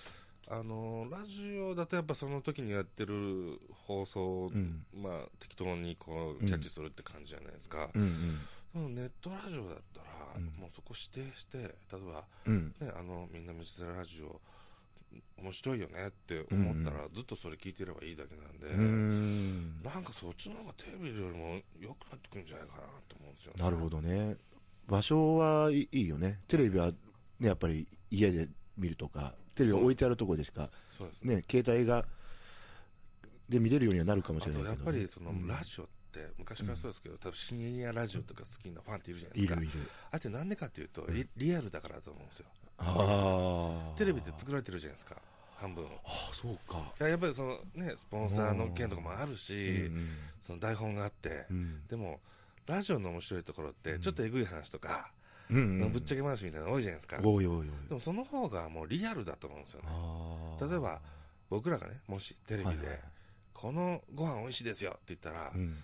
Speaker 4: あのラジオだとやっぱその時にやってる放送、
Speaker 3: うん
Speaker 4: まあ適当にこう
Speaker 3: うん
Speaker 4: キャッチするって感じじゃないですか
Speaker 3: う、ん
Speaker 4: そのネットラジオだったら、
Speaker 3: うん
Speaker 4: もうそこ指定して例え
Speaker 3: うん
Speaker 4: ば、ね、あのみんな道連れラジオ面白いよねって思ったら、ずっとそれ聞いてればいいだけなんで、
Speaker 3: うん
Speaker 4: なんかそっちの方がテレビよりも良くなってくるんじゃないかなと思うんですよね、
Speaker 3: なるほどね場所はいいいよねテレビはねやっぱり家で見るとかテレビを置いてあるところでしか
Speaker 4: そうですね
Speaker 3: ね、携帯がで見れるようにはなるかもし
Speaker 4: あ
Speaker 3: れない
Speaker 4: と
Speaker 3: けど、
Speaker 4: やっぱりその
Speaker 3: うん
Speaker 4: ラジオって昔からそうですけど、多分深夜ラジオとか好きなファンっているじゃないで
Speaker 3: い
Speaker 4: すか
Speaker 3: るいる
Speaker 4: あってなんでかっていうとリリアルだからだと思うんですよ
Speaker 3: ああ
Speaker 4: テレビって作られてるじゃないですか半分い
Speaker 3: ああそうか、
Speaker 4: ややっぱりそのねスポンサーの件とかもある
Speaker 3: う
Speaker 4: し、
Speaker 3: ん
Speaker 4: その台本があって、
Speaker 3: うん
Speaker 4: でもラジオの面白いところってちょっとえぐい話とか、
Speaker 3: うんうん
Speaker 4: ぶっちゃけ話みたいなの多いじゃないですか、
Speaker 3: おいおいおい
Speaker 4: でもその方がもうリアルだと思うんですよね
Speaker 3: あー
Speaker 4: 例えば僕らがねもしテレビ
Speaker 3: はいは
Speaker 4: で、
Speaker 3: いはい
Speaker 4: このご飯美味しいですよって言ったら、
Speaker 3: うん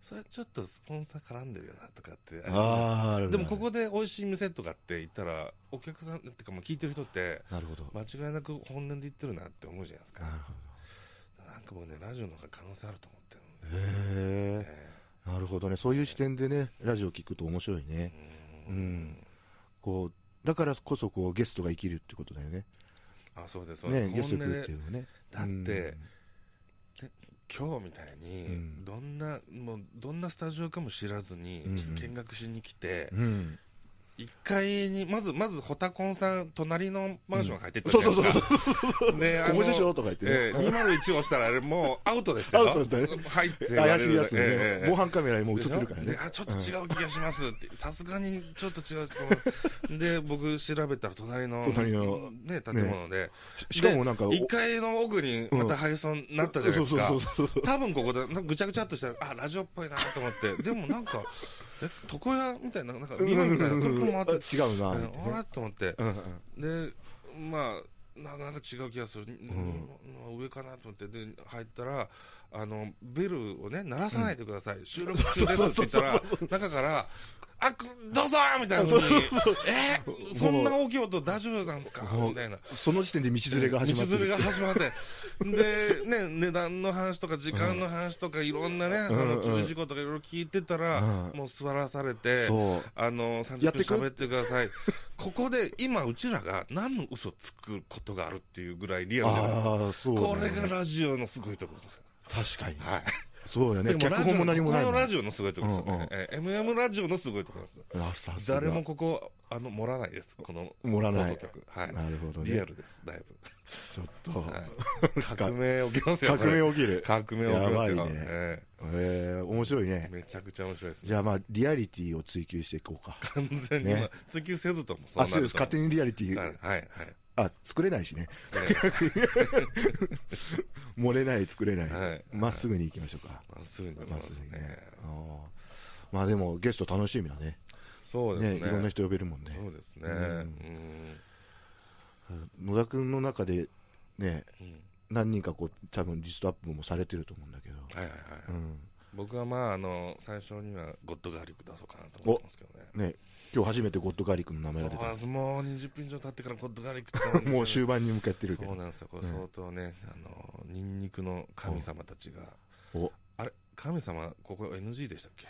Speaker 4: それちょっとスポンサー絡んでるよなとかってありそうじゃないですか
Speaker 3: ああ
Speaker 4: でもここで美味しい店とかって言ったらお客さんっていうかまあ聞いてる人って
Speaker 3: なるほど
Speaker 4: 間違いなく本音で言ってるなって思うじゃないですか
Speaker 3: なるほ
Speaker 4: なんか僕ねラジオの方が可能性あると思ってるん
Speaker 3: ど
Speaker 4: ですよね
Speaker 3: へえなるほどねそういう視点でねラジオ聞くと面白いね
Speaker 4: う
Speaker 3: うんんこうだからこそこうゲストが生きるってことだよね
Speaker 4: あそうですそうで
Speaker 3: ね
Speaker 4: す
Speaker 3: ゲスト
Speaker 4: 本
Speaker 3: が
Speaker 4: 音
Speaker 3: 来るって
Speaker 4: で
Speaker 3: いうのはね
Speaker 4: だって
Speaker 3: うん
Speaker 4: 今日みたいに
Speaker 3: うん
Speaker 4: どんなもうどんなスタジオかも知らずに
Speaker 3: うん
Speaker 4: 見学しに来て
Speaker 3: うん
Speaker 4: 1階にまずまずホタコンさん隣のマンション入ってった
Speaker 3: そうそ
Speaker 4: じ
Speaker 3: う
Speaker 4: ゃない
Speaker 3: そう
Speaker 4: です
Speaker 3: そう
Speaker 4: かであの
Speaker 3: 面白いしょとか言ってね
Speaker 4: ええ201押したらあれもうアウトでしたよ
Speaker 3: アウトだったね
Speaker 4: 入って
Speaker 3: 怪しいやつに
Speaker 4: ええええ
Speaker 3: ね防犯カメラにもう映ってるから
Speaker 4: で
Speaker 3: ね
Speaker 4: しょであちょっと違う気がしますって、さすがにちょっと違うとで僕調べたら隣の
Speaker 3: 隣の
Speaker 4: ね、建物で、
Speaker 3: しかもなんかお
Speaker 4: 1階の奥にまた入りそうになったじゃないですか、
Speaker 3: そうそうそうそう
Speaker 4: 多分ここでなんかぐちゃぐちゃっとしたらあラジオっぽいなと思 ってでもなんかえ床屋みたいななんか
Speaker 3: うん
Speaker 4: 日本みたいなくるくる
Speaker 3: 違うな
Speaker 4: 回ってあ
Speaker 3: みたい
Speaker 4: あ
Speaker 3: な
Speaker 4: らと思って
Speaker 3: うんうん
Speaker 4: でまあななんか違う気がする、うん上かなと思ってで入ったらあのベルをね鳴らさないでください、収録中ですって言ったら中から「あくどうぞ!」みたいなのに「えーそんな大きい音大丈夫なんですか?」みたいな。
Speaker 3: その時点で道連れが始まって
Speaker 4: 道連
Speaker 3: る
Speaker 4: れが始まってで、ね、値段の話とか時間の話とかいろんなね、その注意事項とかいろいろ聞いてたら、
Speaker 3: うん
Speaker 4: もう座らされて、
Speaker 3: そう
Speaker 4: あの
Speaker 3: や
Speaker 4: 30
Speaker 3: ってく
Speaker 4: 分喋ってください、ここで今、うちらが何の嘘つくことがあるっていうぐらいリアルじゃないですか、
Speaker 3: ああそうだね
Speaker 4: これがラジオのすごいところですよ、
Speaker 3: 確かに
Speaker 4: はい、
Speaker 3: そうやね
Speaker 4: で
Speaker 3: 脚
Speaker 4: ラジオ
Speaker 3: 本も何もない
Speaker 4: こ
Speaker 3: も
Speaker 4: こ
Speaker 3: ん
Speaker 4: のラジオのすごいところですよ
Speaker 3: うんうん
Speaker 4: ね、えー MM ラジオのすごいところですよ、
Speaker 3: あさすが
Speaker 4: 誰もここ、あの盛らないです、この
Speaker 3: 盛らない
Speaker 4: 放送局、はい、
Speaker 3: なるほどね
Speaker 4: リアルです、だいぶ。
Speaker 3: ちょっと
Speaker 4: はい、革命起きますよ、こ
Speaker 3: 革
Speaker 4: れ
Speaker 3: 命起きる
Speaker 4: 革命起きます
Speaker 3: やば
Speaker 4: よ、
Speaker 3: いね
Speaker 4: え
Speaker 3: えー面白い
Speaker 4: え
Speaker 3: ね
Speaker 4: めちゃくちゃ面白いですね、
Speaker 3: じゃあまあリアリティを追求していこうか
Speaker 4: 完全に、
Speaker 3: ね
Speaker 4: まあ追求せずともそう
Speaker 3: あ
Speaker 4: なると
Speaker 3: そうです勝手にリアリティ
Speaker 4: はいはい、はい
Speaker 3: あ作れないしね
Speaker 4: 疲れます
Speaker 3: 漏れない作れない
Speaker 4: はい
Speaker 3: まっすぐに行きましょうか
Speaker 4: まっすぐに行き
Speaker 3: ま
Speaker 4: ま
Speaker 3: っ
Speaker 4: す
Speaker 3: すぐに
Speaker 4: ね
Speaker 3: ね。あーまあでもゲスト楽しみだね
Speaker 4: そうで
Speaker 3: ね
Speaker 4: す
Speaker 3: い
Speaker 4: ね。
Speaker 3: ろんな人呼べるもんね
Speaker 4: そうですね。う
Speaker 3: うん
Speaker 4: ん。
Speaker 3: 野田君の中でね
Speaker 4: うん
Speaker 3: 何人かこう多分リストアップもされてると思うんだけど、
Speaker 4: はいはいは
Speaker 3: う
Speaker 4: い。
Speaker 3: ん
Speaker 4: 僕はまあ、あの、最初にはゴッドガーリック出そうかなと思ってますけどね。
Speaker 3: ね、今日初めてゴッドガーリックの名前が出
Speaker 4: そうなん
Speaker 3: た
Speaker 4: ですもう20分以上経ってからゴッドガーリックっ て
Speaker 3: もう終盤に向かってるけ
Speaker 4: そ
Speaker 3: ど
Speaker 4: うなんですよ。これ相当ね、あの、ニンニクの神様たちが。
Speaker 3: お
Speaker 4: あれ神様、ここ NG でしたっけ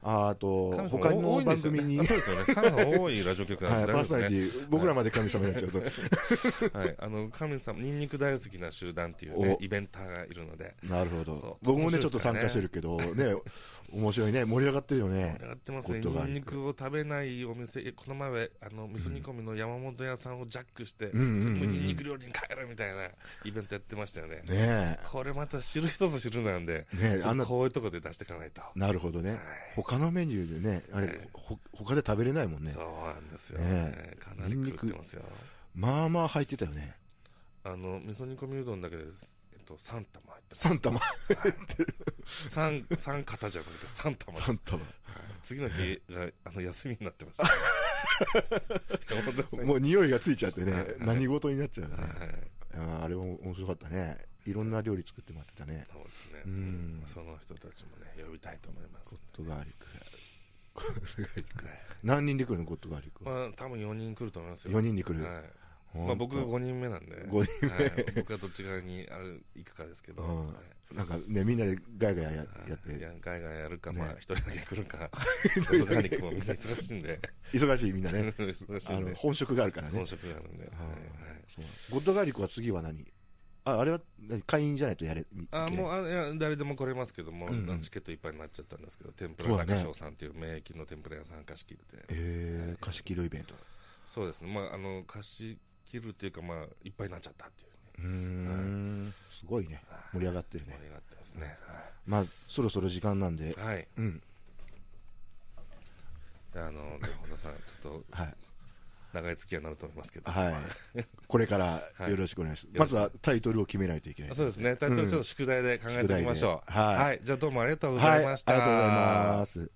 Speaker 3: ああと
Speaker 4: 神様
Speaker 3: 他の番組に、
Speaker 4: 多いんですよねあそうですよね。神様多いラジオ局
Speaker 3: は、
Speaker 4: ないんで
Speaker 3: パ
Speaker 4: 大
Speaker 3: ーソ
Speaker 4: 丈夫
Speaker 3: ナリテ
Speaker 4: ですね。
Speaker 3: ィ僕らまで神様になっちゃうと
Speaker 4: はい。あの、神様、ニンニク大好きな集団っていうね
Speaker 3: お
Speaker 4: イベンターがいるので。
Speaker 3: なるほ
Speaker 4: そう
Speaker 3: ど僕もね
Speaker 4: 面白いですからね
Speaker 3: ちょっと参加してるけどね面白いね盛り上がってるよ
Speaker 4: 盛
Speaker 3: ね
Speaker 4: り上がってます
Speaker 3: ゴ
Speaker 4: ね、
Speaker 3: ッド
Speaker 4: ニ
Speaker 3: ガー
Speaker 4: ンニ
Speaker 3: リック
Speaker 4: クを食べないお店、えこの前はあの味噌煮込みの山本屋さんをジャックして、
Speaker 3: んうんうんうん
Speaker 4: 全部ニンニク料理に変えるみたいなイベントやってましたよね、
Speaker 3: ね
Speaker 4: これまた知る人ぞ知るなんで、
Speaker 3: えねえあんな
Speaker 4: こういうとこで出していかないと、
Speaker 3: なるほどね他のメニューでねあれほ他で食べれないもんね
Speaker 4: そうなんですよね、
Speaker 3: ね
Speaker 4: かなり食ってますよ、
Speaker 3: まあまあ入ってたよね
Speaker 4: あの味噌煮込みうどんだけです、えっと、3玉入ってます
Speaker 3: 3玉
Speaker 4: 3, 3型じゃなくて3玉です
Speaker 3: 3、玉
Speaker 4: はい次の日があの休みになって ました。山本屋さん
Speaker 3: もう匂いがついちゃってね
Speaker 4: はい
Speaker 3: 何事になっちゃうよね
Speaker 4: はい
Speaker 3: あーあれも面白かったねいろんな料理作ってもらってたね
Speaker 4: そうですね、
Speaker 3: うん
Speaker 4: その人たちもね呼びたいと思います、ね
Speaker 3: ゴッドガーリッ クゴッドガーリック何人で来るのゴッドガーリックは
Speaker 4: まあ多分4人来ると思いますよ
Speaker 3: 4人で来る
Speaker 4: はいまあ、僕が
Speaker 3: 本
Speaker 4: 5人目なんで
Speaker 3: 五人目
Speaker 4: はい僕はどっち側にある行くかですけど、
Speaker 3: 当
Speaker 4: はい
Speaker 3: うんなんかねみんなでガヤガヤややっ
Speaker 4: い
Speaker 3: て
Speaker 4: や外がやるか、
Speaker 3: ね
Speaker 4: まあ、1人だけ来 るか、どこかにもみんな忙しいんで、
Speaker 3: 忙しいみんなね
Speaker 4: 忙しい
Speaker 3: あ
Speaker 4: ん
Speaker 3: の
Speaker 4: で、
Speaker 3: 本職があるからね
Speaker 4: 本職があるんで、はい
Speaker 3: あーそうゴッドガーリックは次は何ああれは何会員じゃないとやれ
Speaker 4: はいあーもう
Speaker 3: う
Speaker 4: あいや誰でも来れますけども、
Speaker 3: うんうん
Speaker 4: チケットいっぱいになっちゃったんですけど、天ぷ
Speaker 3: そ
Speaker 4: ら
Speaker 3: うだね
Speaker 4: 中翔さんっていう名駅の天ぷら屋さん貸し切って、
Speaker 3: えー貸し切るイベント
Speaker 4: そうですね、まあ、あの貸し切るというか、まあ、いっぱいになっちゃったっていう、ね、
Speaker 3: うーんすごいね盛り上がってる
Speaker 4: 盛
Speaker 3: ね
Speaker 4: り上がってますね。
Speaker 3: まあそろそろ時間なんで
Speaker 4: はい。はい、
Speaker 3: うん
Speaker 4: あの、本田さん、ちょっと
Speaker 3: はい
Speaker 4: 長い付き合いになると思いますけど。
Speaker 3: はい
Speaker 4: まあ
Speaker 3: これからよろしくお願いしますまずはタイトルを決めないといけない
Speaker 4: あそうですね。タイトルちょっと宿題で考えていきましょう。
Speaker 3: うん宿題ではい
Speaker 4: じゃあどうもありがとうご
Speaker 3: は
Speaker 4: ざ
Speaker 3: い
Speaker 4: い
Speaker 3: あり
Speaker 4: ま
Speaker 3: が
Speaker 4: した。
Speaker 3: とうございます